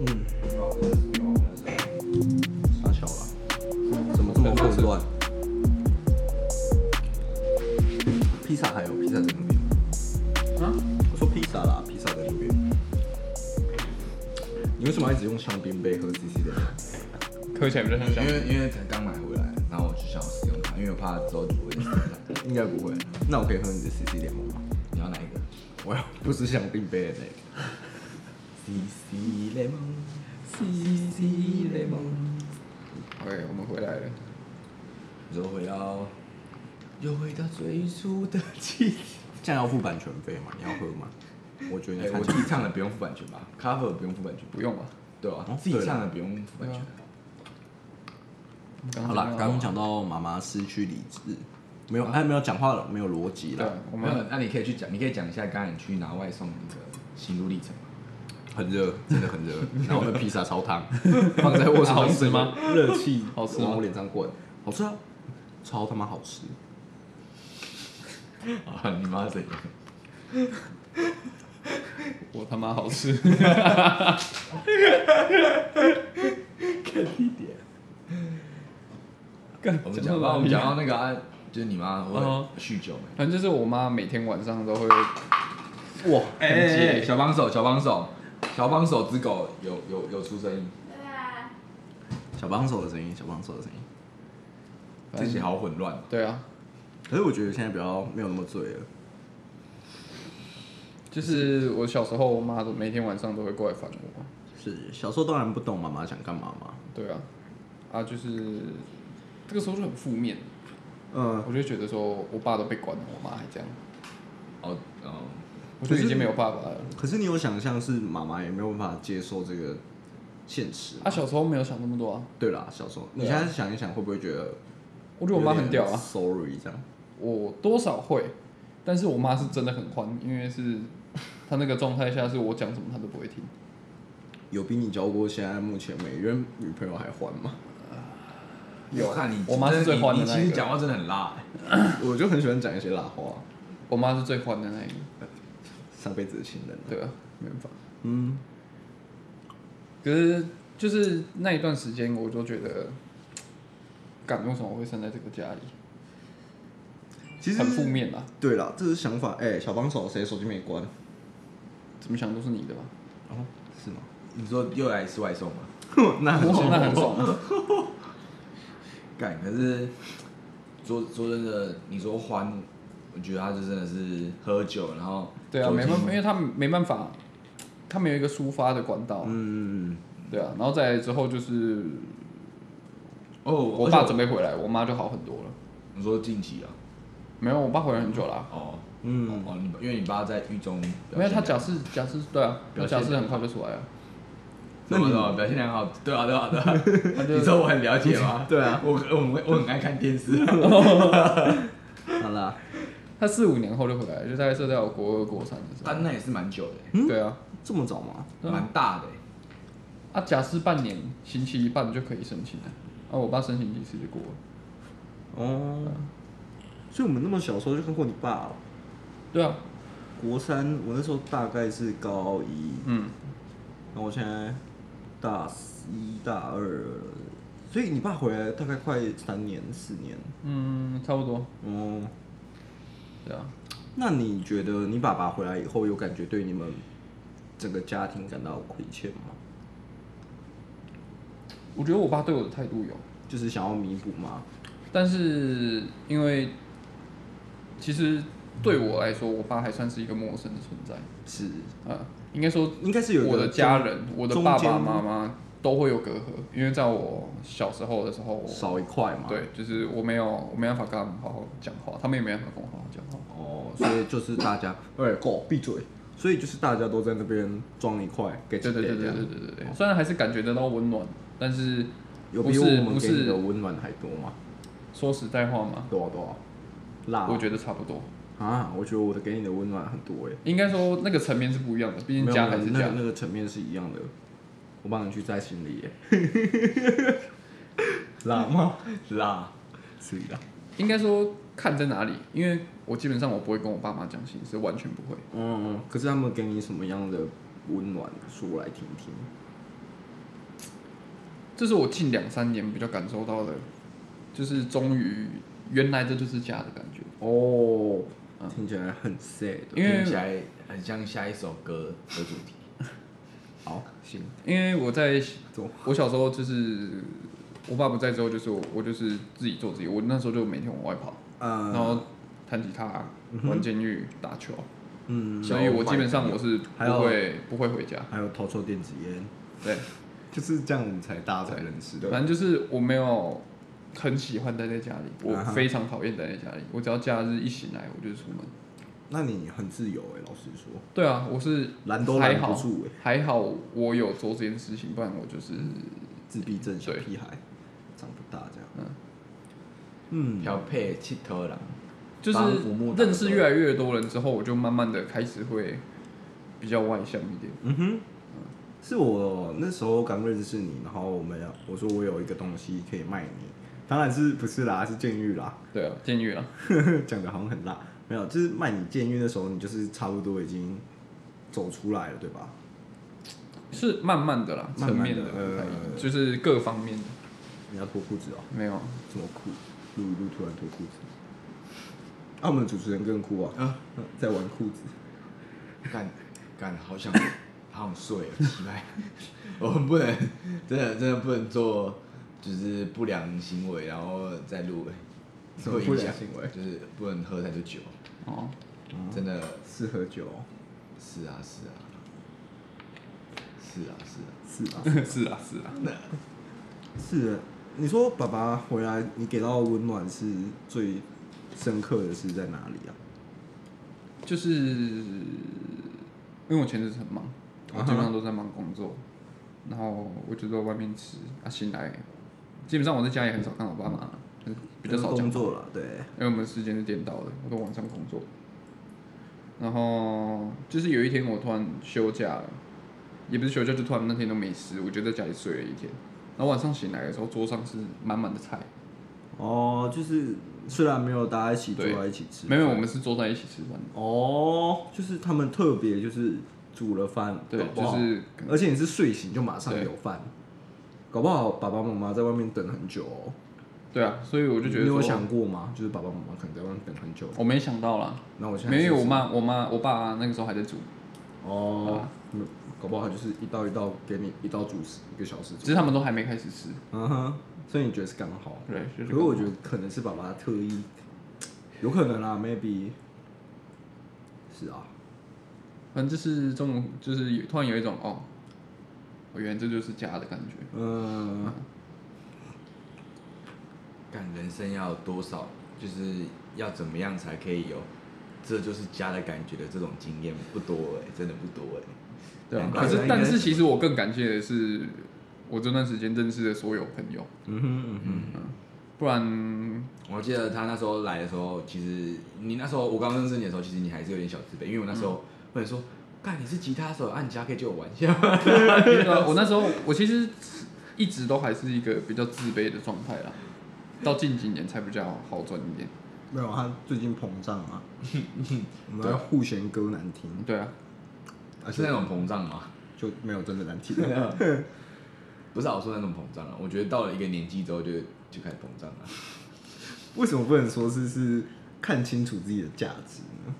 嗯，傻小了，怎么这么混乱？披萨还有披萨在那边，啊？我说披萨啦，披萨在那边。你为什么要一直用香槟杯喝 CC 的？喝起来比较像香因为因为才刚买回来，然后我就想要试用它，因为我怕之后煮会死掉。应该不会。那我可以喝你的 CC 联盟吗？你要哪一个？我要不是香槟杯的那 个。CC 联盟，CC 联盟。 OK，我们回来了。又回到，又回到最初的起。这样要付版权费吗？你要喝 吗？我觉得哎你，看我起自来己唱的不用付版权吧？cover 不用付版权吧，不用吧？对吧哦？自己对了唱的不用付版权。刚好刚啦，啊讲到刚刚讲到妈妈失去理智，没有哎，没有讲话了，没有逻辑对了，，我没有们，那你可以去讲，你可以讲一下刚才你去拿外送的那个心路历程吗。很热，真的很 热。然后那披萨啊超烫，放在卧室好吃吗？热 气好吃吗往我脸上滚，好吃啊，超他妈好吃。 啊，你妈怎样？我他妈好吃。一点。干我们讲到我们讲到那个啊，就是你妈嗯会酗酒没？反正就是我妈每天晚上都会，哇，哎很哎解哎小帮手，小帮手，小帮手之狗有有有出声音，对啊，小帮手的声音，小帮手的声音。反这正些好混乱。哦对啊，可是我觉得现在比较没有那么醉了，就是我小时候，我妈都每天晚上都会过来烦我。是小时候当然不懂妈妈想干嘛嘛，对啊，啊，就是这个时候就很负面，嗯，我就觉得说我爸都被管了，我妈还这样，哦哦，我就已经没有爸爸了。可是你有想象是妈妈也没有办法接受这个现实啊，小时候没有想那么多啊，对啦，小时候，你对现啊在想一想，会不会觉得我觉得我妈很屌啊。 ？Sorry，这样我多少会，但是我妈是真的很欢，因为是她那个状态下，是我讲什么她都不会听。有比你交过现在目前每任女朋友还欢 吗？有看你，啊我妈是最欢的你那一个你其实讲话真的很辣，欸 我就很喜欢讲一些辣话，我妈是最欢的那一个，上辈子的情人啊。对啊，没办法。嗯，可是就是那一段时间，我就觉得，感为什么我会生在这个家里，其实很负。面啊啦，对啦，这是想法。哎、小帮手，谁手机没关？怎么想都是你的吧。哦，是吗？你说又来吃外送吗？ 那很哇，爽那很爽。 啊干，可是说说真的，你说欢，我觉得他就真的是喝酒，然后对啊，酒没精办法，因为他没办法，他没有一个抒发的管道。嗯，对啊，然后再来之后就是哦，我而且爸准备回来，我妈就好很多了。你说近期啊，没有，我爸回来很久啦、啊哦，嗯哦，你因为你爸在狱中表现良好，没有，他假释假释对啊，表他现假释很快就出来了。那你表现良好，对啊对啊对啊，他就你说我很了解吗？对啊， 我我我很爱看电视，好啦，他四五年后就回来了，就大概是在我国二国三的时但那也是蛮久的，候。对啊，这么早吗？对啊蛮大的。啊假释半年，刑期一半就可以申请了。啊，我爸申请几次就过了。哦，所以我们那么小时候就看过你爸了。对啊，国三，我那时候大概是高一，嗯，那我现在大一大二了，所以你爸回来大概快三年四年。嗯，差不多。哦，对啊，那你觉得你爸爸回来以后有感觉对你们整个家庭感到亏欠吗？我觉得我爸对我的态度有，就是想要弥补吗？但是因为其实对我来说，我爸还算是一个陌生的存在。是，啊，应该说应该是有一个我的家人，我的中爸间爸妈妈都会有隔阂，因为在我小时候的时候，少一块嘛。。对，就是我没有，我没办法跟他们好好讲话，他们也没办法跟我好好讲话。哦，所以就是大家，哎，狗闭嘴。所以就是大家都在那边装一块，给对对对对给这对样对对对，虽然还是感觉得到温暖，但是有不比是我们不给你是的温暖还多吗？说实在话嘛，多少多少？辣哦？我觉得差不多。啊，我觉得我的给你的温暖很多哎。应该说那个层面是不一样的，毕没竟有家没有还是那家个。那个层面是一样的。我帮你去在心里耶，哎 辣吗？辣，是的。应该说看在哪里，因为我基本上我不会跟我爸妈讲心事，完全不会。嗯嗯，可是他们给你什么样的温暖，说来听听。这是我近两三年比较感受到的，就是终于原来这就是家的感觉。哦，听起来很 sad。因为听起来很像下一首歌的主题。 好，行，因为我在走我小时候就是我爸不在之后，就是我我就是自己做自己，我那时候就每天往外跑，然呃，后弹吉他、玩监狱、打球，嗯，所以我基本上我是还有不会不会回家。还有偷抽电子烟，对，就是这样，我们才大家才认识的。反正就是我没有很喜欢待在家里，我啊哈非常讨厌待在家里。我只要假日一醒来，我就出门。那你很自由哎，老实说，对啊，我是拦都还拦好不住哎，还好我有做这件事情，不然我就是自闭症小对屁孩，长不大这样。嗯嗯，调配剃头啦，就是帮扶木打认识越来越多人之后，我就慢慢的开始会比较外向一点。嗯哼，是我那时候刚认识你，然后我们要我说我有一个东西可以卖你，当然是不是啦，是监狱啦，对啊，监狱啊，讲的好像很辣，没有，就是卖你监狱的时候，你就是差不多已经走出来了，对吧？是慢慢的啦，慢层慢面地的，呃就是各方面的。你要脱裤子哦，没有，这么酷，录一录突然脱裤子，啊，我们主持人更酷啊，啊，嗯在玩裤子，干干好想好想睡哦，奇怪， 我们不能真的真的不能做就是不良行为，然后再录，什么会不影良响行为就是不能喝太多酒，哦，真的是喝酒哦，是啊是啊是啊是啊，是啊， 是啊，是啊，是，你说爸爸回来，你给到的温暖是最深刻的是在哪里啊？就是因为我前阵子很忙，我基本上都在忙工作，然后我就在外面吃，啊，醒来，基本上我在家也很少看我爸妈，很比较少工讲话作了，对，因为我们时间是颠倒的，我都晚上工作。然后就是有一天我突然休假了，也不是休假，就突然那天都没事，我就在家里睡了一天。然后晚上醒来的时候，桌上是满满的菜，哦，就是虽然没有大家一起坐对在一起吃，没有，我们是坐在一起吃饭的。哦，就是他们特别就是煮了饭，对，搞不就好，是而且你是睡醒就马上对有饭，搞不好爸爸妈妈在外面等很久哦。对啊，所以我就觉得你说有想过吗？就是爸爸妈妈可能在外面等很久，我没想到啦，那我现在没有试我试妈、我妈、我爸那个时候还在煮，哦，啊嗯搞不好就是一道一道给你一道主食，一个小时只是他们都还没开始吃。嗯哼，所以你觉得是刚好？对，就是可是我刚觉好得可能是爸爸特意，有可能啦，maybe。是啊，反正就是中午就是有突然有一种哦，我原来这就是家的感觉。啊嗯，干人生要多少，就是要怎么样才可以有。这就是家的感觉的这种经验不多哎、真的不多哎、对啊难，怪可人是家但应该是其实我更感谢的是，我这段时间认识的所有朋友，嗯哼嗯哼，不 然我记得他那时候来的时候，其实你那时候我刚认识你的时候，其实你还是有点小自卑，因为我那时候问说，干你是吉他手，啊你吉他可以借我玩一下吗？ 对啊我那时候我其实一直都还是一个比较自卑的状态啦，到近几年才比较好转一点。没有，他最近膨胀 啊，我们要互嫌歌难听，对啊，而是那且种膨胀吗？就没有真的 难听，不是啊，我说那种膨胀了，我觉得到了一个年纪之后就就开始膨胀啊了。为什么不能说是是看清楚自己的价值呢？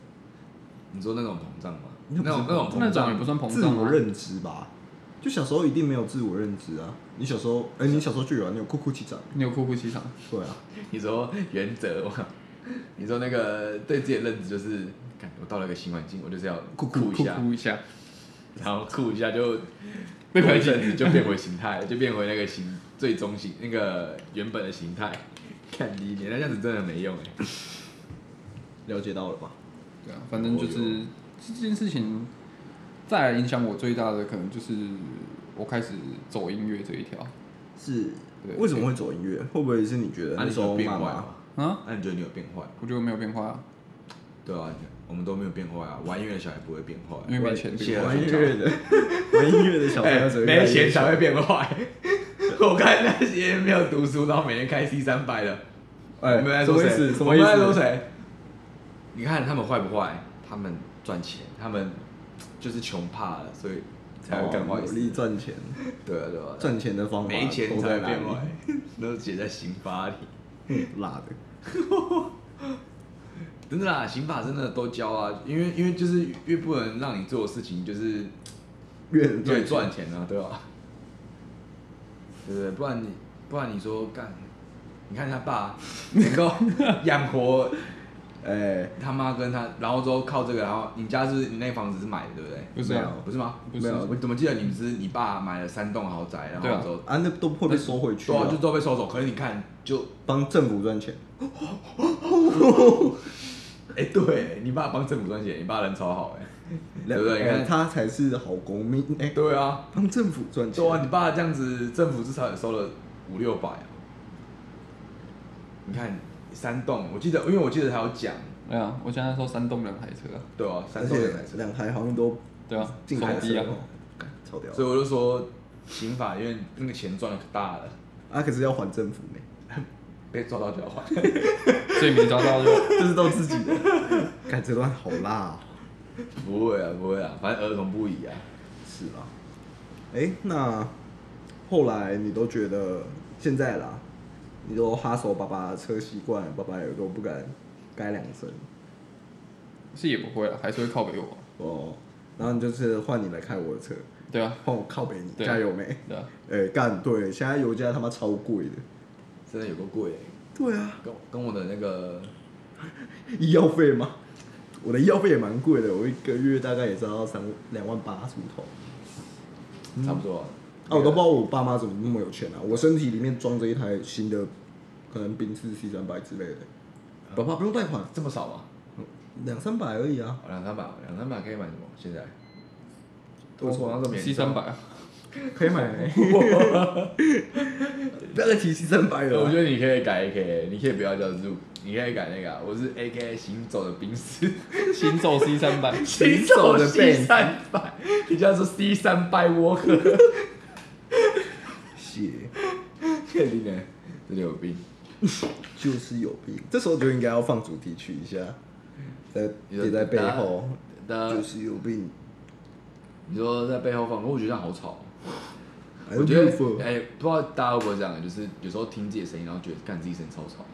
你说那种膨胀吗？那那不种是那种那膨种也胀不，算膨自胀我啊。认知吧，就小时候一定没有自我认知啊，你小时候，哎，你小时候就有啊，你有酷酷气长，你有哭哭气场，对啊，你说原则吗？你说那个对自己的认知就是，干我到了一个新环境，我就是啊要酷酷酷一哭下，哭一下，然后酷一下就被排一挤阵子就变回形态，就变回那个形最终形那个原本的形态。看你你那样子真的没用哎、了解到了吧？对啊，反正就是这件事情，再来影响我最大的可能就是我开始走音乐这一条是对为什么会走音乐？会不会是你觉得那、那啊你时觉得候变妈坏妈吗？啊，那、你觉得你有变坏吗？我觉得我没有变化啊，对啊，你我们都没有变坏啊，玩音乐的小孩不会变坏、啊，因为没钱变谢化了玩音乐的 玩音乐的小朋友 哎只会越没来越钱小才会变坏。 我看那些没有读书，然后每天开 C 三百的，哎，我们在什说么意谁？思？什我么们意在说思？谁？你看他们坏不坏？他们赚钱，他们就是穷怕了，所以才有哦更不好意努思力赚钱，对啊对啊，赚钱的方法没钱都才在有哪变里？嗯坏， 都写在刑法里。辣的，真的啦，刑法真的都教啊，因为因为就是越不能让你做的事情，就是越越赚钱啊，对吧？对不对？不然你不然你说干，你看他爸能 够养活呃哎、他妈跟他，然后之后靠这个，然后你家是不是你那房子是买的，对不对？不是没啊有，不是吗？不是没有我怎么记得你们是你爸买了三栋豪宅，然对啊后之后啊，那都会被收回去、对啊，就啊，都被收走。可是你看，就帮政府赚钱。哎，对你爸帮政府赚钱，你爸人超好哎，对不对？你哎看他，他才是好公民，哎、对啊，帮政府赚钱。对啊，你爸这样子，政府至少也收了五六百啊。你看三栋，我记得，因为我记得他有讲，对啊，我家那时候三栋两台车啊，对啊，而三栋且两台车，两台好像都对啊，进台双逼啊车，哦，干超屌。所以我就说，刑法因为那个钱赚的可大了，啊，可是要还政府呢，被抓到就要还。 所以没抓到就就是都自己的。 看这段好辣、哦，不会啊，不会啊，反正儿童不宜啊。是啦。哎、那后来你都觉得现在啦，你都哈手爸爸的车习惯了，爸爸也都不敢该两声是也不会啊，还是会靠北我啊，哦。然后你就是换你来开我的车，对啊，换我靠北你，对加油妹。对啊，哎、干对，现在油价他妈超贵的。真的有个贵欸、对啊，跟跟我的那个，医药费吗？我的医药费也蛮贵的，我一个月大概也是要三两万八出头。差不多啊。啊，我都不知道我爸妈怎么那么有钱啊！我身体里面装着一台新的，可能宾士 C 三百之类的，爸爸不用贷款，这么少吗？两三百而已啊。哦两三百，两三百可以买什么？现在我说那个免 C 三百啊， 可以买、 不要再提 C 三百了我啊。觉得你可以改 AK，你可以不要叫 Zoo，你可以改那个、啊，我是 AK 行走的冰丝，行走 C 三百，行走的 C Benz 三百，你叫做 C 三百 Walker，血确定的，这里有病。就是有病，这时候就应该要放主题曲一下，在你说叠在背后，那就是有病。啊你说在背后放，我觉得这样好吵哦。我我觉觉得得，哎、不知道大家会不会这样，就是有时候听自己的声音，然后觉得干自己声音超吵。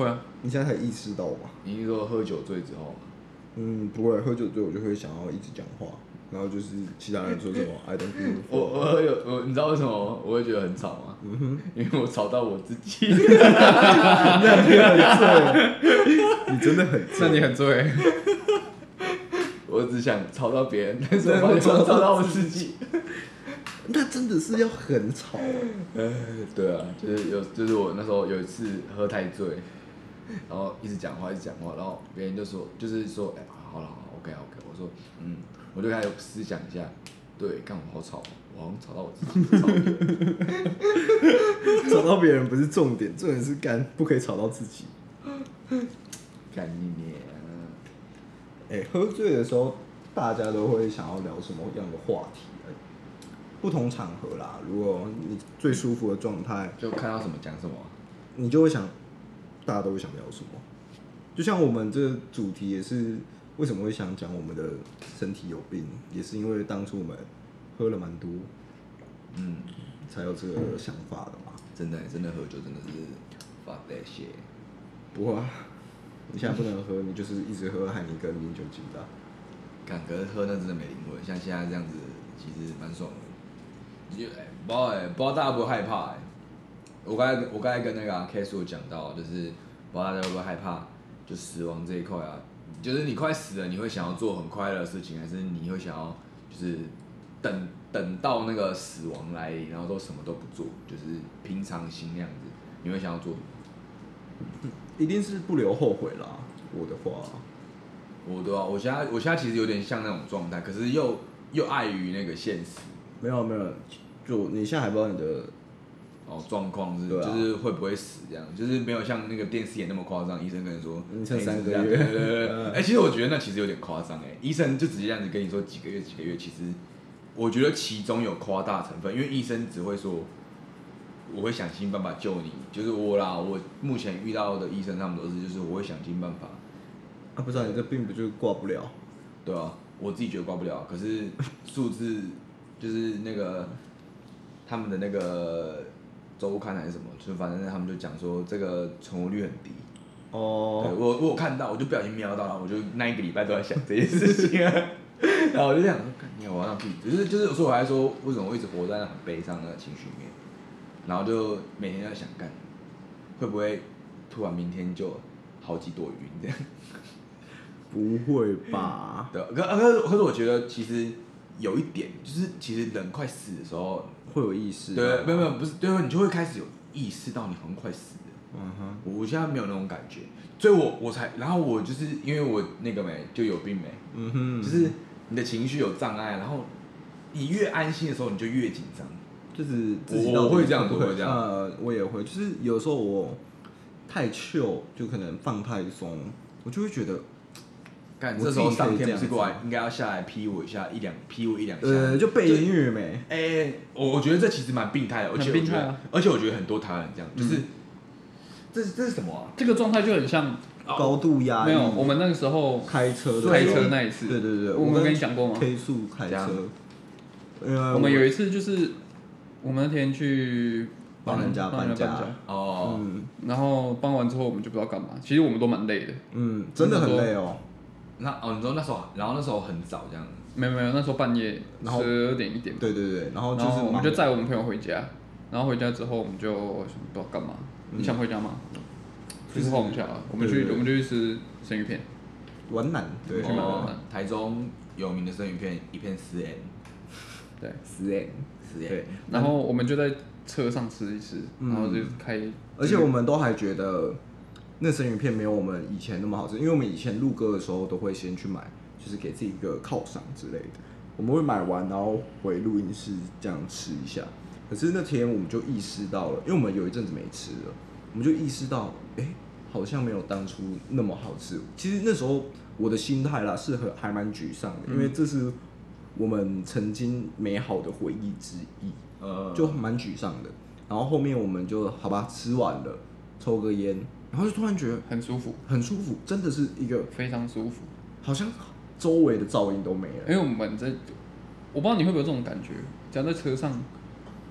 会啊，你现在才意识到吗？你是说喝酒醉之后吗？嗯，不会，喝酒醉我就会想要一直讲话，然后就是其他人说什么 I don't give a 我 fuck，我喝酒，我你知道为什么我会觉得很吵吗？因为我吵到我自 己。你真的很那你很醉，我只想吵到别人，但是我发现我吵到我自己。 那真的是要很吵欸、 对啊，就是有，就是我那时候有一次喝太醉，然后一直讲话，一直讲话，然后别人就说，就是说，哎、好了好了，OK OK，我说，嗯，我就开始思想一下，对，干我好吵哦，我好像吵到我自己，吵别人吵到别人不是重点，重点是干不可以吵到自己。干你娘！哎、喝醉的时候大家都会想要聊什么样的话题、欸？不同场合啦，如果你最舒服的状态，就看到什么讲什么啊、你就会想，大家都会想聊什么？就像我们这个主题也是为什么会想讲我们的身体有病，也是因为当初我们喝了蛮多，嗯，才有这个想法的嘛。真的真的喝酒真的是 fuck that shit。不会、啊，你现在不能喝，你就是一直喝海尼根零酒精的啊、干，可是喝那真的没灵魂，像现在这样子，其实蛮爽的。就哎、不知道哎、不知道大家会不会害怕哎、我刚才我刚才跟那个、啊、K 叔讲到，就是不知道大家会不会害怕，就死亡这一块啊，就是你快死了，你会想要做很快乐的事情，还是你会想要就是等等到那个死亡来临，然后都什么都不做，就是平常心那样子，你会想要做什么？一定是不留后悔啦。我的话，我对啊，我现在我现在其实有点像那种状态，可是又又碍于那个现实，没有没有，就你现在还不知道你的，哦，状况是、对啊就是会不会死这样，就是没有像那个电视演那么夸张。医生跟你说，你剩哎嗯三个这样月嗯对对对对。哎、其实我觉得那其实有点夸张哎，医生就直接这样子跟你说几个月几个月，其实我觉得其中有夸大成分，因为医生只会说我会想尽办法救你，就是我啦，我目前遇到的医生他们都是就是我会想尽办法，啊，不知道你这病不就挂不了？对啊，我自己觉得挂不了，可是数字就是那个他们的那个周刊还是什么，就反正他们就讲说这个存活率很低。对哦，我我有看到，我就不小心瞄到了，我就那一个礼拜都在想这件事情啊。 然后我就想说，干你看我要让自己，就是就是，有时候我还说，为什么我一直活在那很悲伤的情绪里面？然后就每天在想，干会不会突然明天就好几朵云这样？不会吧？对，啊可可是可是我觉得其实有一点，就是其实人快死的时候，会有意识？啊对，没有没有，不是，啊对，你就会开始有意识到你好像快死了。嗯哼，我我现在没有那种感觉，所以我我才，然后我就是因为我那个没就有病没，嗯哼，就是你的情绪有障碍，然后你越安心的时候你就越紧张。就是我自己到底我会这样会不我会这样呃，我也会，就是有时候我太 chill，就可能放太松，我就会觉得干，我这时候自己可以上天这不样是子过来应该要下来劈我一下一两劈我一两下，呃，就背音乐没，哎、我我觉得这其实蛮病态的，而且我很病觉态得，啊而且我觉得很多台湾人这样，就是、这这是什么啊？这个状态就很像高度哦压没抑，有我们那个时候开车的时候开车那一次，对对对，我们跟你讲过吗？ K 速开怎样车，呃，我们有一次就是我们那天去帮人家帮人家搬搬家家，哦，嗯然后搬完之后我们就不知道干嘛，其实我们都蛮累的，嗯，真的很累哦，那哦，你说那时候，然后那时候很早这样，没有没有，那时候半夜然后十二点一点吧，对对对，然后就然是后我们忙就载我们朋友回家，然后回家之后我们就想不知道干嘛，你想回家吗？去嗯就是晃一下啊，我们对去对对我们就去吃生鱼片，玩懒，对，去买哦饭台中有名的生鱼片一片四 M，对，死哎，四 M，对，然后我们就在车上吃一吃，嗯然后就开，而且我们都还觉得那生鱼片没有我们以前那么好吃，因为我们以前录歌的时候都会先去买，就是给自己一个犒赏之类的。我们会买完，然后回录音室这样吃一下。可是那天我们就意识到了，因为我们有一阵子没吃了，我们就意识到，哎、好像没有当初那么好吃。其实那时候我的心态啦是很还蛮沮丧的，因为这是我们曾经美好的回忆之一。呃，就蛮沮丧的。然后后面我们就好吧，吃完了，抽个烟，然后就突然觉得很舒服，很舒服，真的是一个非常舒服，好像周围的噪音都没因了。为我们在，我不知道你会不会有这种感觉，讲在车上，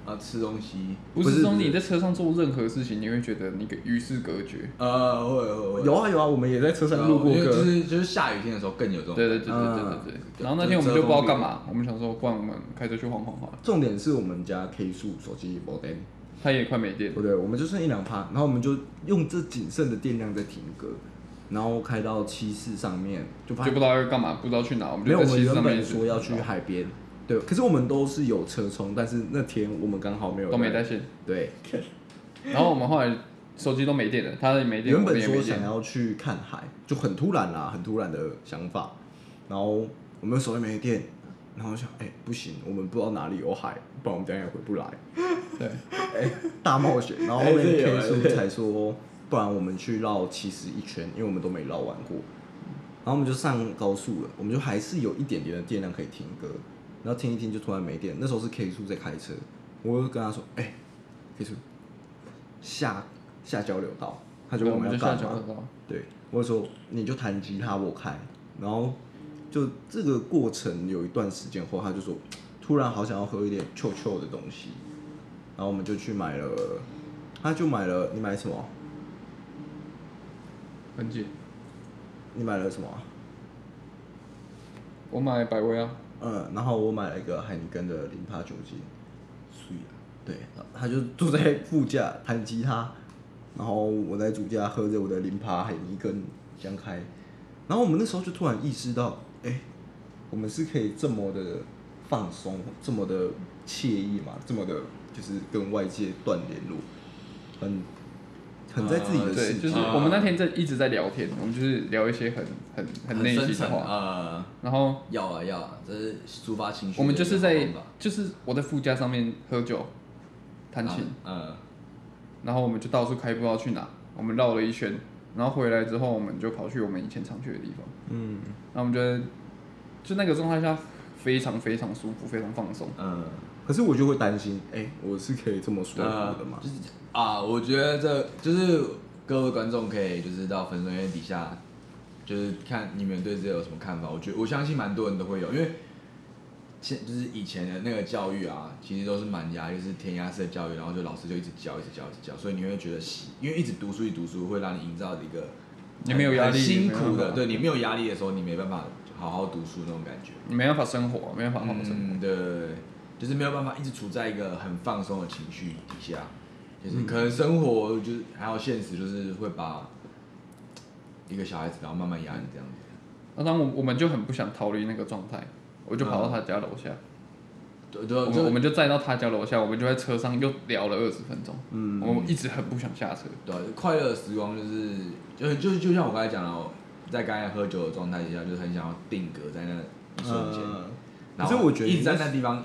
啊吃东西，不不是是说不是你在车上做任何事情，你会觉得你跟与世隔绝，呃，会会会有啊有啊，我们也在车上录过因为就歌，是就是下雨天的时候更有这种对对感对觉对对啊对对。然后那天我们就不知道干嘛，我们想说，不然我们开车去晃晃好了。重点是我们家 K 数手机没电，它也快没电对，不对？我们就剩一两趴，然后我们就用这仅剩的电量在停歌，然后开到七四上面，就发就现不知道要干嘛，不知道去哪，我们没就有，在我们汽车上原面本一直说要去海边，对，可是我们都是有车充，但是那天我们刚好没有都没带线，对，然后我们后来手机都没电了，它也没电，原我本们也没说想电，要去看海，就很突然啦，很突然的想法。然后我们手机没电，然后我想，哎、不行，我们不知道哪里有海，不然我们等一下也回 不来。对，哎、大冒险。然后后面哎这有啊 K 哎叔这有才说，不然我们去绕七十一圈，因为我们都没绕完过。然后我们就上高速了，我们就还是有一点点的电量可以听歌，然后听一听就突然没电。那时候是 K 叔在开车，我就跟他说：“哎、k 叔，下下交流道。”他就问我我们们就要下干交嘛流？道，对，我就说你就弹吉他，我开。然后就这个过程有一段时间后，他就说突然好想要喝一点臭臭的东西，然后我们就去买了，他就买了，你买什么？很近。你买了什么啊？我买百威啊，嗯，然后我买了一个海尼根的零趴酒精，对，他就坐在副驾弹吉他，然后我在主驾喝着我的零趴海尼根香开，然后我们那时候就突然意识到，哎、我们是可以这么的放松，这么的惬意嘛，这么的，就是跟外界断联络，很很在自己啊的对，世界，就是我们那天在一直在聊天，我们就是聊一些很很很内深心层的啊话，呃，然后要啊要啊，这是抒发情绪的我一个们就是在方法就是我在副驾上面喝酒，弹琴，，啊然后我们就到处开，不知道去哪，我们绕了一圈，然后回来之后，我们就跑去我们以前常去的地方，嗯，然后我们觉得就那个状态下非常非常舒服，非常放松。嗯嗯可是我就会担心，哎、我是可以这么舒服的嘛呃，就是啊，我觉得这就是各位观众可以就是到粉丝页底下就是看你们对这个有什么看法。我觉得我相信蛮多人都会有，因为现就是以前的那个教育啊，其实都是蛮压，就是填鸭式的教育，然后就老师就一直教，一直教，一直教，所以你会觉得习，因为一直读书，一直读书会让你营造一个你没有压力很辛没苦办法的，对你没有压力的时候，你没办法好好读书那种感觉。你没办法生活，没办法好好生活。嗯，对对对，就是没有办法一直处在一个很放松的情绪底下，嗯就是可能生活就是还有现实，就是会把一个小孩子然后慢慢压你这样子。那当我我们就很不想逃离那个状态，我就跑到他家楼下，对对，我们嗯就我们就载到他家楼下，我们就在车上又聊了二十分钟，嗯，我们一直很不想下车。对啊，快乐的时光就是就就就像我刚才讲了，在刚才喝酒的状态下，就是很想要定格在那一瞬间，呃然可是后我觉得一直在你是那地方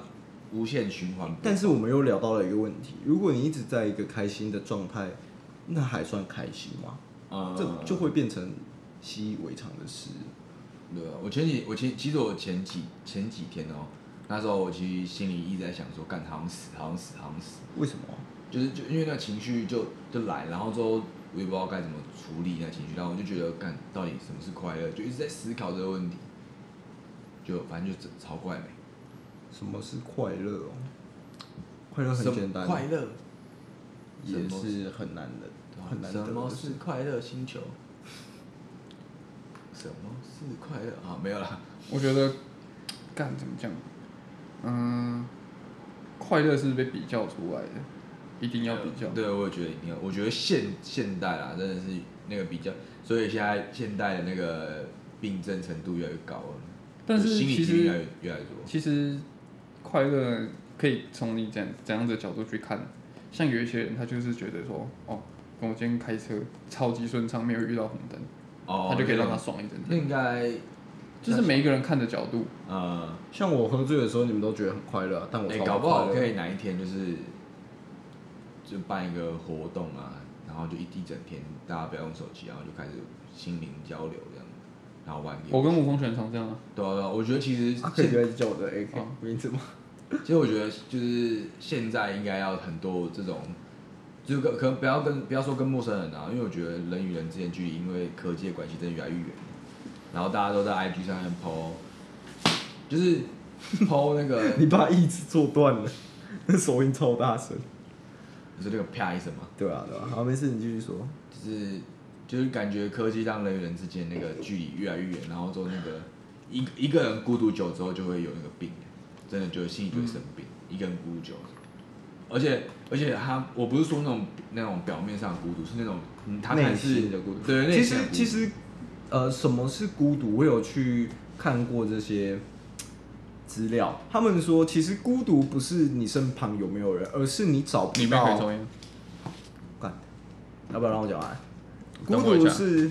无限循环。但是我们又聊到了一个问题：如果你一直在一个开心的状态，那还算开心吗？嗯这就会变成习以为常的事。对啊，我前几我前其实我前几前几天哦，那时候我其实心里一直在想说，干好像死，好像死，好像死，为什么啊？就是就因为那情绪就就来，然后之后我也不知道该怎么处理那情绪，然后我就觉得干到底什么是快乐，就一直在思考这个问题，就反正就真超怪美，什么是快乐哦？快乐什很么简单，快乐也是很难的，很难得啊什么的是事。快乐星球？什么是快乐啊？没有啦，我觉得，干怎么讲？嗯，快乐是被比较出来的，一定要比较。对，我也觉得一定要。我觉得现现代啦，真的是那个比较，所以现在现代的那个病症程度越来越高了，但是心理其疾病越来实越越来越多。其实快乐可以从你怎怎样的角度去看，像有一些人他就是觉得说，哦，跟我今天开车超级顺畅，没有遇到红灯，哦，他就可以让他那爽一整那天。应该就是每一个人看的角度，呃，像我喝醉的时候，你们都觉得很快乐啊，但我哎、超搞不快好乐可以哪一天就是就办一个活动啊，然后就一一整天大家不要用手机，然后就开始心灵交流这样，然后玩游戏我跟吴峰选常这样啊，对啊对啊，我觉得其实啊可现以不要一直叫我的 AK 哦名字吗？ 其实我觉得就是现在应该要很多这种，就是跟可能不要跟不要说跟陌生人啊，因为我觉得人与人之间距离因为科技的关系真的越来越远，然后大家都在 IG 上面 PO，就是 PO 那个你把椅子坐断了， 那手音超大声。你是那个啪一声嘛，对啊，对啊，好，没事，你继续说。就是就是感觉科技让人与人之间那个距离越来越远，然后之后那个一一个人孤独久之后就会有那个病，真的就是心里就会生病，嗯一个人孤独久了。而且而且他，我不是说那种那种表面上的孤独，是那种嗯他才内是心的孤独对，内其心实的孤独其实，呃，什么是孤独？我有去看过这些资料，他们说，其实孤独不是你身旁有没有人，而是你找不你妹可以到抽。烟，干要不要让我讲完？孤等我一独下是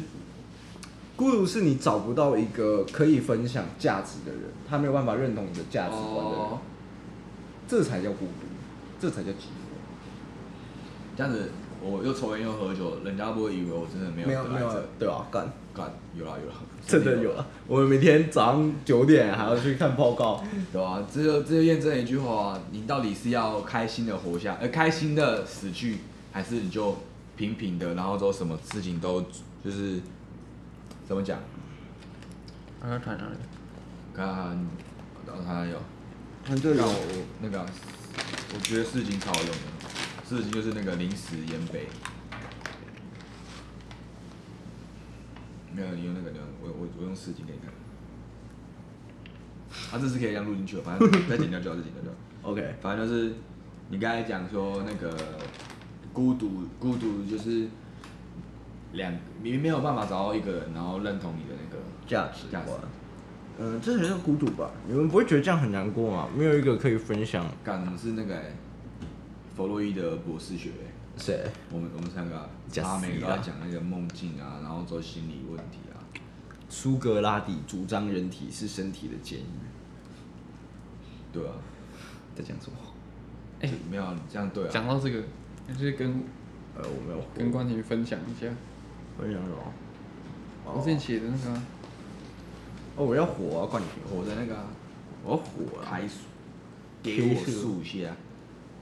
孤独是你找不到一个可以分享价值的人，他没有办法认同你的价值观的人，哦，这才叫孤独，这才叫寂寞。这样子我又抽烟又喝酒，人家不会以为我真的没有没有得没癌有症，对啊，干。干有啦有啦，真的有啊！我们每天早上九点还要去看报告，对啊，这就这就验证了一句话、啊：你到底是要开心的活下，呃，开心的死去，还是你就平平的，然后之后什么事情都就是怎么讲？刚刚看哪啊里？看看，然后他有看这让我我那个啊、我觉得事情超有用的，事情就是那个临时延北。没有，你用那个，你用我我我用事情给你看。啊，这是可以这样录进去的，反正再剪掉就好，再剪掉就好。 OK，反正就是你刚才讲说那个孤独，孤独就是两你没有办法找到一个人，然后认同你的那个价值价观值。嗯、这才叫孤独吧？你们不会觉得这样很难过吗？没有一个可以分享感是那个、欸、弗洛伊德博士学、欸，谁？我们我们三个啊假他每死个啊都在讲那个梦境啊，然后做心理问题啊，苏格拉底主张人体是身体的监狱，对啊，在讲什么？哎就没有啊你这样对啊，讲到这个，就是跟呃，我没有跟关婷分享一下，分享什么？我之前写的那个啊哦，我要火啊，冠军，活的那个、啊、我要火啊！开数，给我黑数数一下，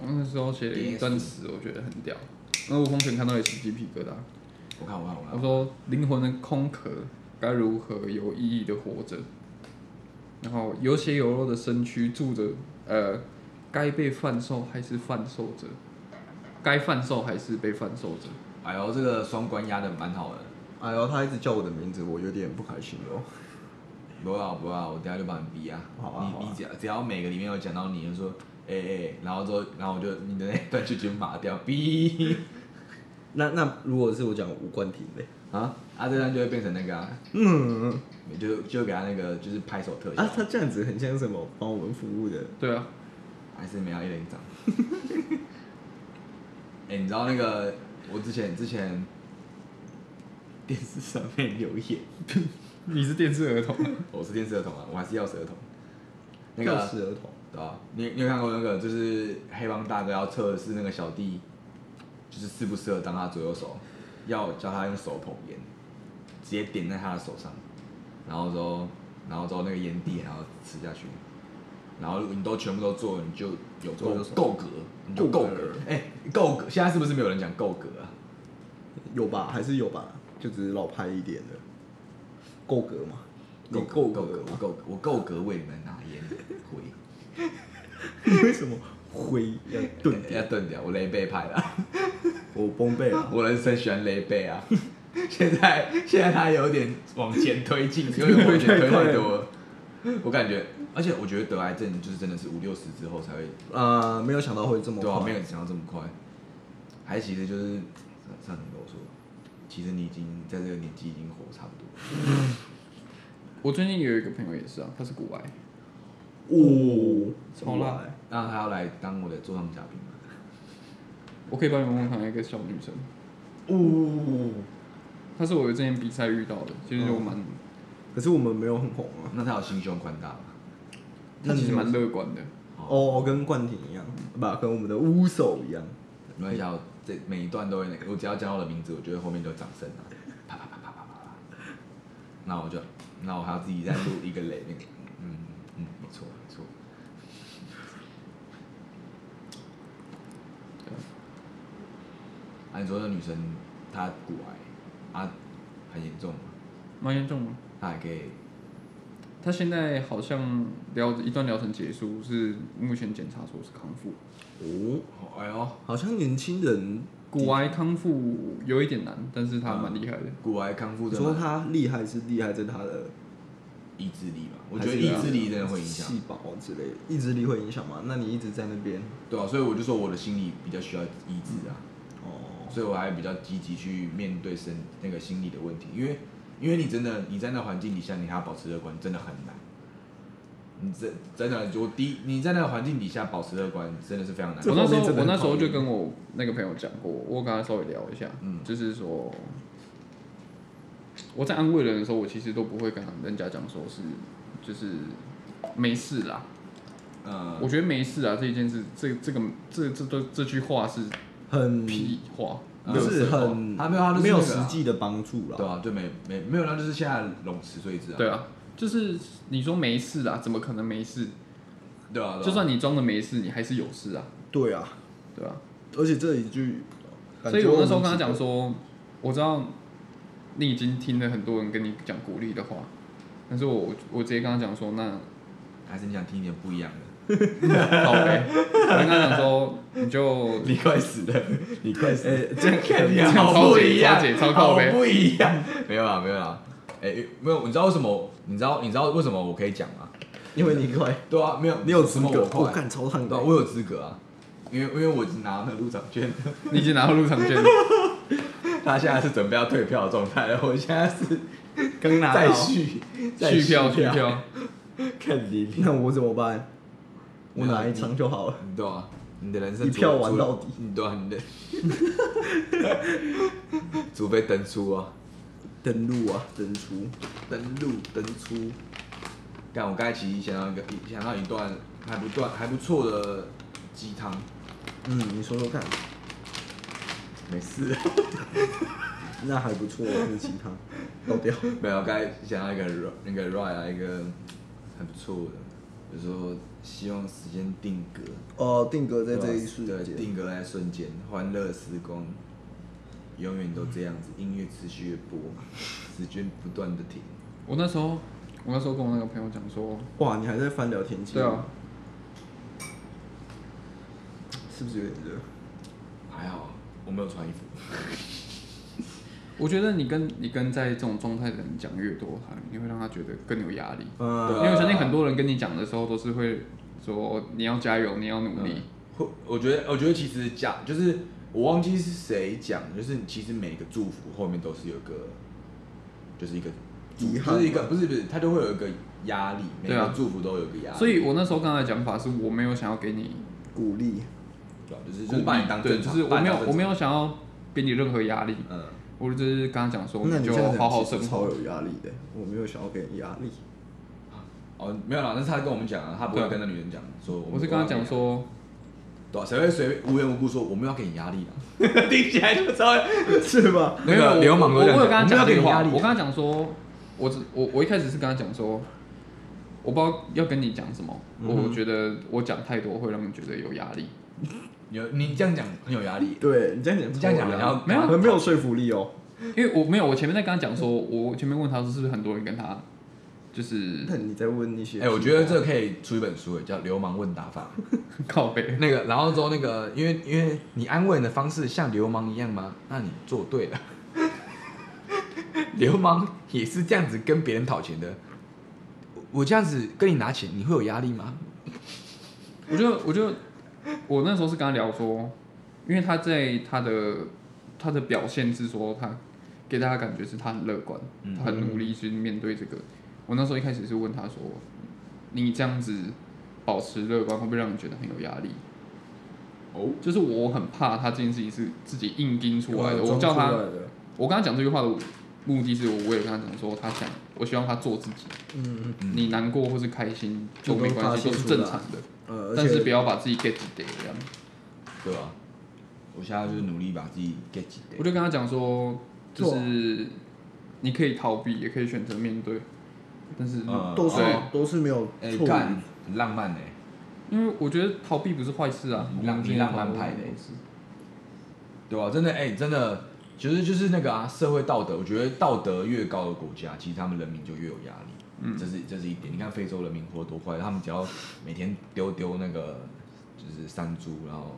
我那时候写了一段词，我觉得很屌。那吴峰全看到也起鸡皮疙瘩。我看我看我看我，说灵魂的空壳该如何有意义的活着，然后有血有肉的身躯住着，呃，该被贩售还是贩售者，该贩售还是被贩售者。哎呦，这个双关压的蛮好的。哎呦，他一直叫我的名字，我有点不开心哦。不要不要，我等下就帮你逼啊！好啊好你啊你只要只要每个里面有讲到你，就说哎哎、然后之后然后我就你的那段就全部码掉，逼那那如果是我讲无关题嘞，啊啊，这段就会变成那个、啊，嗯就就给他那个就是拍手特效，啊，他这样子很像什么帮我们服务的对啊，还是没有一连长。 哎、你知道那个我之前之前电视上面留言， 你是电视儿童，我是电视儿童啊，我还是钥匙儿童，那钥个匙儿童。对啊，你你有看过那个就是黑帮大哥要测试那个小弟，就是适不适合当他左右手，要叫他用手捧烟，直接点在他的手上，然后之后然后之后那个烟蒂然后吃下去，然后你都全部都做，你就有左够右手够格，你就够够格格，哎、够格，现在是不是没有人讲够格啊？有吧？还是有吧？就只是老派一点的，够格嘛？你够格，够够格格，我吗？够格，我够格为你们拿烟灰，你 为什么灰要钝要点？啊顿掉，我雷背派的啊。我崩背 了。我人生喜欢雷贝啊， 现在现在他有点往前推进，有点往前推太多了。我感觉，而且我觉得得癌症就是真的是五六十之后才会，啊，没有想到会这么对啊，没快。有想到这么快。还其实就是上上次跟我说，其实你已经在这个年纪已经活差不多了。 我最近有一个朋友也是啊，他是骨癌，哦，超辣！那他要来当我的座上嘉宾吗？我可以帮你们问看一个小女生，哦，她是我之前比赛遇到的，其实我蛮，可是我们没有很红啊。那他有心胸宽大吗？她其实蛮乐观的。哦，跟冠廷一样，不，跟我们的乌手一样。没关系啊，我这每一段都会那个，我只要讲到我的名字，我就会后面就有掌声啊，啪啪啪啪啪啪啪。那我就，那我还要自己再录一个雷那个，嗯嗯，没错没错。啊，你说那女生她骨癌啊，很严重吗？蛮严重的。她还可以他现在好像疗一段疗程结束，是目前检查说是康复。哦，哦，哎呦，好像年轻人骨癌康复有一点难，但是他蛮厉害的。骨癌康复你的说他厉害是厉害在他的意志力吧？我还觉得是意他志力真的会影响。细胞之类的，意志力会影响吗？那你一直在那边对啊，所以我就说我的心理比较需要医治啊。哦，所以我还比较积极去面对身那个心理的问题，因为因为你真的你在那环境底下，你还要保持乐观，真的很难。你真真的，我第一你在那个环境底下保持乐观，真的是非常难这。我那时方面候真的我很那时候讨就厌跟我那个朋友讲过，我跟他稍微聊一下，嗯就是说我在安慰人的时候，我其实都不会跟人家讲说是就是没事啦，嗯呃，我觉得没事啊这一件事，这这个这这这这句话是很屁话，不嗯垃是圾话很，他没有他呃就是没有那个实啊际的帮助对了。啊，就没没没有，那就是现在笼池罪制啊。对啊，就是你说没事啦，怎么可能没事？对啊，对啊就算你装的没事，你还是有事啊，对啊，对吧、而且这一句，所以我那时候跟他讲感觉说，我知道你已经听了很多人跟你讲鼓励的话，但是我我直接跟他讲说，那还是你想听一点不一样的。好呗，我跟他讲说，你就你快死 了，你快死了！哎这样看起来这样好超不解一样超解，超靠好背不一样。没有啦，没有啦。哎，没有，你知道为什么？你知道你知道为什么我可以讲吗？因为你快，对啊，没有，你有什资么格我，我快干超烫对啊，的。我有资格啊，因为因为我已经拿了 入场券，你已经拿到入场券了，他现在是准备要退票的状态了，我现在是 刚拿再到，续再续票续，票，看你那我怎么办？我没有拿一张就好了。对啊，你的人生一票除了玩到底，除了对啊，你的，除非登出啊，登录啊，登出，登录登出。但我刚才其实想到一个想到一段还不断还不错的鸡汤，嗯，你说说看，没事，那还不错，那其他 倒掉。没有，刚才想到一个 r- 那个 right 啊，一个还不错的，就是说希望时间定格。哦，定格在这一对瞬吧对间，定格在瞬间，欢乐时光，永远都这样子，音乐持续的播，时间不断的停。我那时候，我那时候跟我那个朋友讲说，哇，你还在翻聊天记对啊，，是不是有点热？还好我没有穿衣服，我觉得你跟你跟在这种状态的人讲越多，他你会让他觉得更有压力。嗯、对啊因为我相信很多人跟你讲的时候都是会说你要加油，你要努力。会嗯我觉得我觉得其实讲就是我忘记是谁讲，就是其实每个祝福后面都是有一个，就是一个遗憾不是一个不是不是，它就会有一个压力，每对个啊祝福都有一个压力，所以我那时候刚才的讲法是我没有想要给你鼓励，对吧就是鼓就是励把你当对，正就常，是我没有我没有有想要给你任何压力，嗯，我就是刚刚讲说那你啊就这样好好讲生其实超活。有压力的，我没有想要给你压力。 哦没有啦，那是他跟我们讲啊，他不对会啊跟那女人讲说，我是跟他讲。说，对啊，谁会随便无缘无故说我们要给你压力啊？ 听起来就稍微是吧？没有那个流氓都我我这我样有讲跟他我们要讲给你这个话，压力我跟他讲说，我只我我一开始是跟他讲说，我不知道要跟你讲什么，嗯我觉得我讲太多会让你觉得有压力。 有你这样讲很有压力，对你这样讲，你这样讲然后没有很没有说服力哦。因为我没有，我前面在跟他讲说，我前面问他说是不是很多人跟他就是 那你再问一些哎、我觉得这个可以出一本书，欸叫《流氓问答法》。靠背， 那个，然后之后那个，因为因为你安慰人的方式像流氓一样吗？那你做对了。 流氓也是这样子跟别人讨钱的。我我这样子跟你拿钱，你会有压力吗？我就我就我那时候是跟他聊说，因为他在他的他的表现是说他给大家感觉是他很乐观，嗯他很努力去面对这个。我那时候一开始是问他说，你这样子保持乐观会不会让你觉得很有压力？哦，就是我很怕他这件事情是自己硬盯出来的，啊装我嗯叫出他来的我跟他讲这句话的目的是我为了跟他讲说，他想我希望他做自己，嗯你难过或是开心就都没关系，都都发泄是出来正常的，呃，但是而不且要把自己 get 得这样。对吧？我现在就是努力把自己 get 起我就跟他讲说，就做是你可以逃避，也可以选择面对，但是嗯都是对都是没有哎，错干、误，很浪漫哎、因为我觉得逃避不是坏事啊，你浪我们今天你浪漫派的讨论是对吧、真的哎、真的，其实就是那个啊，社会道德，我觉得道德越高的国家，其实他们人民就越有压力。嗯，这是这是一点。你看非洲人民活得多快，他们只要每天丢丢那个就是山猪，然后。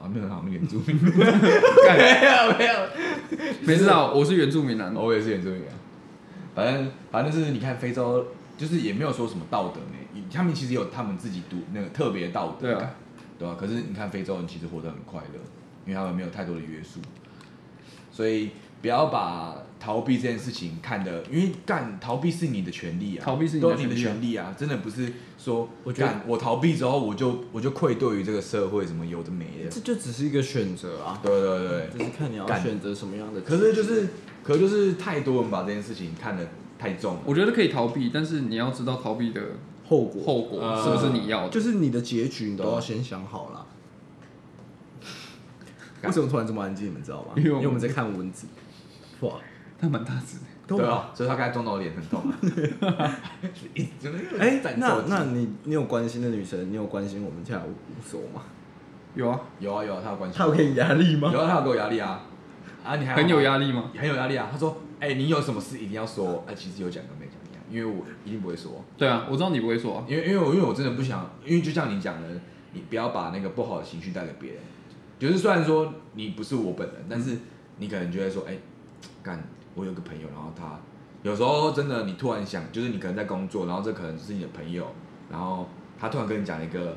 啊，没有好，我们原住 民没 有没有，没事啊，我是原住民啊，我也是原住民啊。反正反正就是你看非洲，就是也没有说什么道德呢，他们其实有他们自己独那个特别的道对德啊感，对吧、可是你看非洲人其实活得很快乐，因为他们没有太多的约束，所以不要把逃避这件事情看得，因为干逃避是你的权利啊，逃避是你的都你的权权利啊，真的不是说我觉得干我逃避之后我就我就愧对于这个社会什么有的没的，这就只是一个选择啊，对对对，只是看你要干选择什么样的。可是就是可是就是太多人把这件事情看得太重了。我觉得可以逃避，但是你要知道逃避的后果，后果呃是不是你要的。就是你的结局，你都对啊要先想好了。为什么突然这么安静？你们知道吗？因为因为我们我们在看蚊子。哇，他蛮大只的。对啊，所以他刚才撞到我脸很痛啊。 一直就是一直哎、在那皱肌那你你有关心的女生，你有关心我们跳舞手 吗？有啊，有啊有啊，他有关系，她有给你压力吗？ 有啊，他有给我压力啊，啊你还很有力，压力吗？很有压力啊。他说，哎，你有什么事一定要说，哎，其实有讲跟没讲一样，因为我一定不会说，对啊，我知道你不会说、啊，因为因为我因为我真的不想，因为就像你讲的，你不要把那个不好的情绪带给别人，就是虽然说你不是我本人，但是你可能就会说，哎，干，我有个朋友，然后他有时候真的你突然想，就是你可能在工作，然后这可能是你的朋友，然后他突然跟你讲一个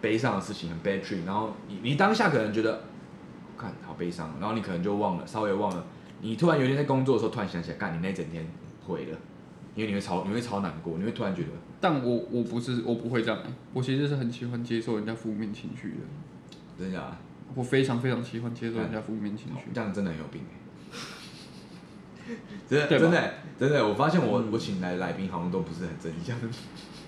悲伤的事情，很 bad trip，然后你你当下可能觉得，看好悲伤，哦然后你可能就忘了，稍微忘了，你突然有一天在工作的时候突然想起来，干你那一整天毁了，因为你会超你会超难过，你会突然觉得。但我我不是我不会这样、欸，我其实是很喜欢接受人家负面情绪的，真的啊假的？我非常非常喜欢接受人家负面情绪。这样真的很有 病欸真的真对吧嗯的欸真的，我发现我、我请来的来宾好像都不是很正向，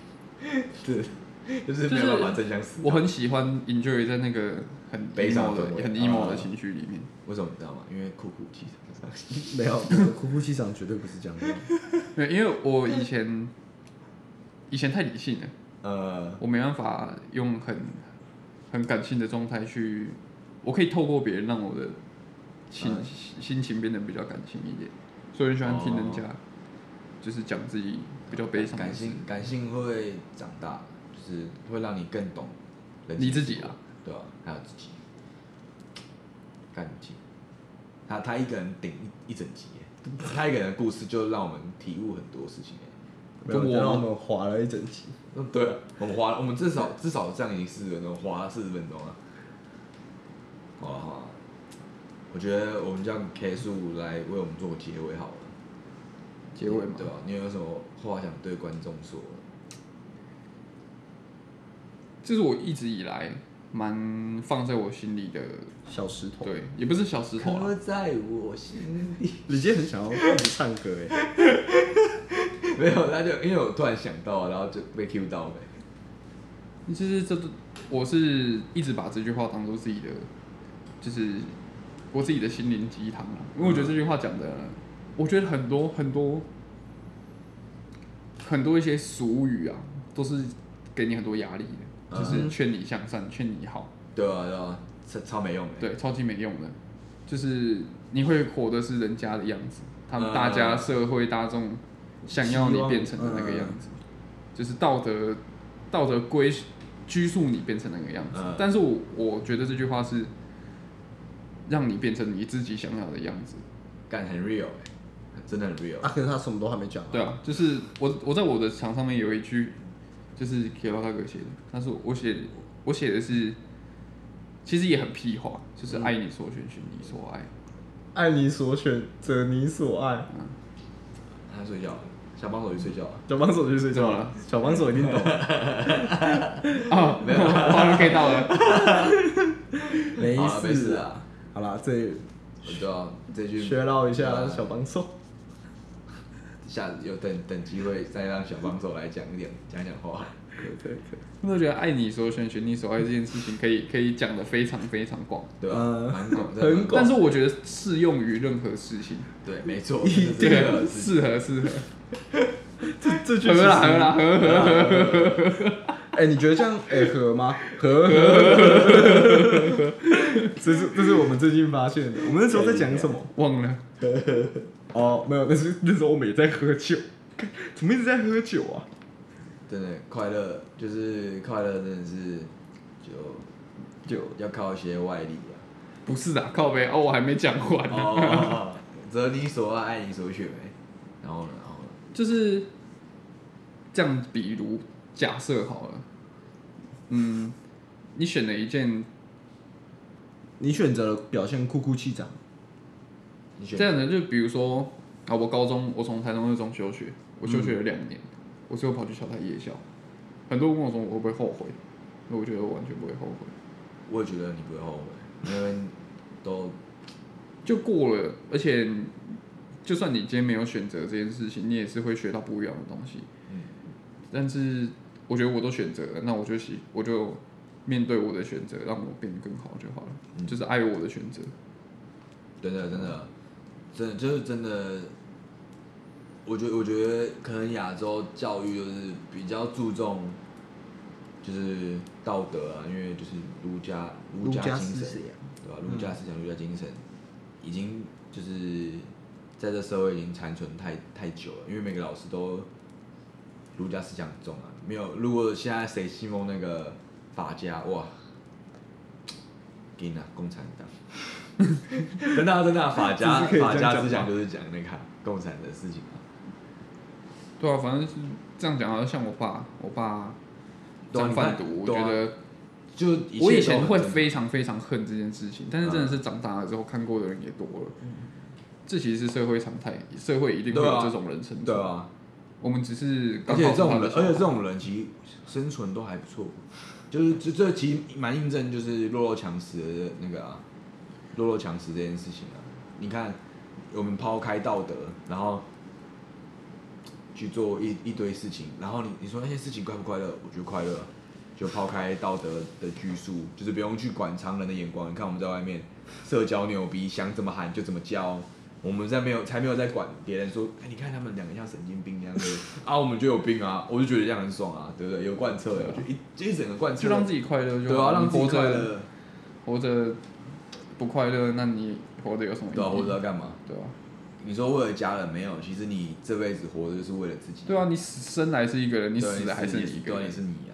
对，就是没有办法正向思考。我很喜欢 enjoy 在那个很悲 emo 伤的氛啊的、围很 emo 的情绪里面。为什么你知道吗？因为酷酷气场没有，我的哭哭气场绝对不是这样的。对，因为我以前以前太理性了，呃，我没办法用很很感性的状态去，我可以透过别人让我的心嗯心情变得比较感性一点，所以很喜欢听人家就是讲自己比较悲伤的哦感事性，感性会长大，就是会让你更懂人你情自己世故啊，对啊？还有自己，感情，他他一个人顶一一整集耶，他一个人的故事就让我们体悟很多事情耶。没有跟我就让我吗们划了一整集。嗯，对啊，我们花了，我们至少至少这样已经四十分钟，花了四十分钟了。好了好了，我觉得我们让 K 数来为我们做个结尾好了。结尾嘛对，吧？你有什么话想对观众说的？这是我一直以来蛮放在我心里的，小石头，对，也不是小石头啦，在我心底。李健很想要一直唱歌哎， 没有，他就因为我突然想到，然后就被 Q 到呗。就是这，我是一直把这句话当做自己的，就是我自己的心灵鸡汤啊，因为我觉得这句话讲的，我觉得很多很多很多一些俗语啊，都是给你很多压力的，就是劝你向善，劝你好，对啊，对啊，超超没用的。对，超级没用的，就是你会活的是人家的样子，他们嗯大家社会大众想要你变成的那个样子，嗯就是道德道德规拘束你变成那个样子。嗯但是我我觉得这句话是让你变成你自己想要的样子，干很 real 哎、真的很 real。啊，可是他什么都还没讲。对啊，就是我我在我的墙上面有一句，就是 k i r 大哥写的，他说我写我写的是。其实也很屁话，就是嗯爱你所选，选你所爱。爱你所选，择你所爱。他睡觉了，小帮手去睡觉了。小帮手去睡觉了，啊小帮手一定 懂。哦，没有，我 get 到了。没好了没事事啊。好啦，这我知道这句学到一下对啊小帮手。下次有等等机会再让小帮手来讲一点讲讲话。可以可以可以。你有没有觉得爱你所选，选你所爱这件事情，可以可以讲的非常非常广，对吧、嗯蛮懂，真的很蛮广但是我觉得适用于任何事 情，对，没错，一这是这这个个事情。适合适合，这这句合啦合啦啦。合合哎，你觉得这样哎合吗？ 合合合合。这是这是我们最近发现的。我们那时候在讲什么？忘了，哦，没有，那是那时候我们也在喝酒。看怎么一直在喝酒啊？真的快乐就是快乐，真的是就酒要靠一些外力啊。不是啊，靠背哦，我还没讲完呢、哦，择你所爱，爱你所选呗。然后呢，然后呢，就是这样，比如假设好了，嗯，你选了一件你选择了表现酷酷气长，你选这样的，就比如说啊，我高中我从台中二中休学，我休学了两年，我最后跑去小台夜校，很多人问我说我会不会后悔，那我觉得我完全不会后悔，我也觉得你不会后悔，因为都就过了，而且就算你今天没有选择这件事情，你也是会学到不一样的东西。嗯但是我觉得我都选择了，那我就喜我就面对我的选择，让我变得更好就好了，嗯就是爱我的选择。真的真的真的就是真的，我觉得我觉得可能亚洲教育就是比较注重就是道德啊，因为就是儒家儒家精神，对吧、儒家思想、儒家精神已经就是在这社会已经残存太太久了，因为每个老师都儒家思想很重啊，没有如果现在谁信奉那个法家，哇，给你啊，共产党。 真的啊、真的啊、法家这是可以这样法家讲思想吗就是讲那个啊共产的事情啊。对啊，反正是这样讲啊，像我爸，我爸对啊讲你看贩毒，我对啊觉得。就一切都我以前很会正常非常非常恨这件事情，但是真的是长大了之后看过的人也多了，这其实是社会常态，社会一定会嗯对有啊这种人生对，啊，我们只是而刚且好这种碰到人，的而且这种人其实生存都还不错，就是这这其实蛮印证就是弱肉强食的那个啊，弱肉强食这件事情啊。你看，我们抛开道德，然后去做一一堆事情，然后你你说那些事情快不快乐？我觉得快乐啊。就抛开道德的拘束，就是不用去管常人的眼光。你看我们在外面社交牛逼，想怎么喊就怎么叫。我们在没有才没有在管别人说，哎、你看他们两个像神经病那样子啊，我们就有病啊，我就觉得这样很爽啊，对不对？有贯彻的，就一就一整个贯彻，就让自己快乐就对啊，好，让自己活快着乐，活着不快乐，那你活着有什么意义？对啊，活着要干嘛？对啊，你说为了家人没有，其实你这辈子活着就是为了自己。对啊，你死生来是一个人，对，你死了还是你一个对啊，人 你。是你啊。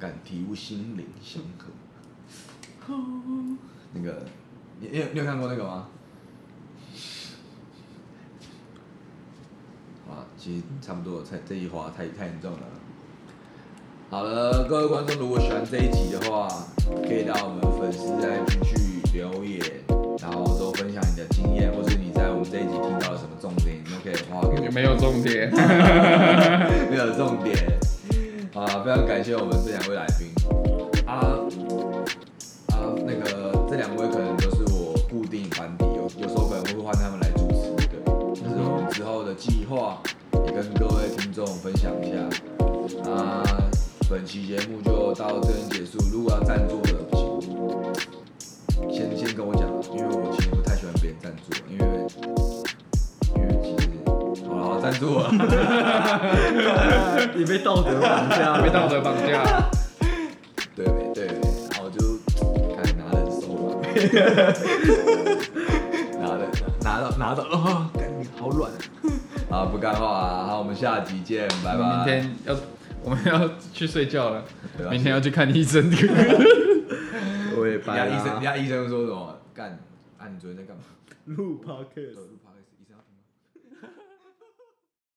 感体悟心灵相合。那个，你你有你有看过那个吗？ 好啊，其实差不多，太这一话太太严重了。好了，各位观众，如果喜欢这一集的话，可以到我们粉丝 IG 去留言，然后都分享你的经验，或是你在我们这一集听到了什么重点，你都可以画给我们有没有重点？没有重点。啊，非常感谢我们这两位来宾。啊啊，那个这两位可能都是我固定班底，有有时候可能会换他们来主持，对。就是我们之后的计划，也跟各位听众分享一下。啊，本期节目就到这边结束。如果要赞助的，请先先跟我讲，啊因为我其实不太喜欢别人赞助，因为因为其实好了，好赞助啊。 你被道德绑架啊 被道德绑 架。对呗，对呗，然后我就看拿人手软， 拿了拿到拿到啊，感觉好软啊！不干话啊，好，我们下集见，拜拜。明天要我们要去睡觉了对，啊明天要去看医生。 我也人白家啦医生，人家医生说什么？干，啊，你昨天在干嘛？录 podcast 走。路跑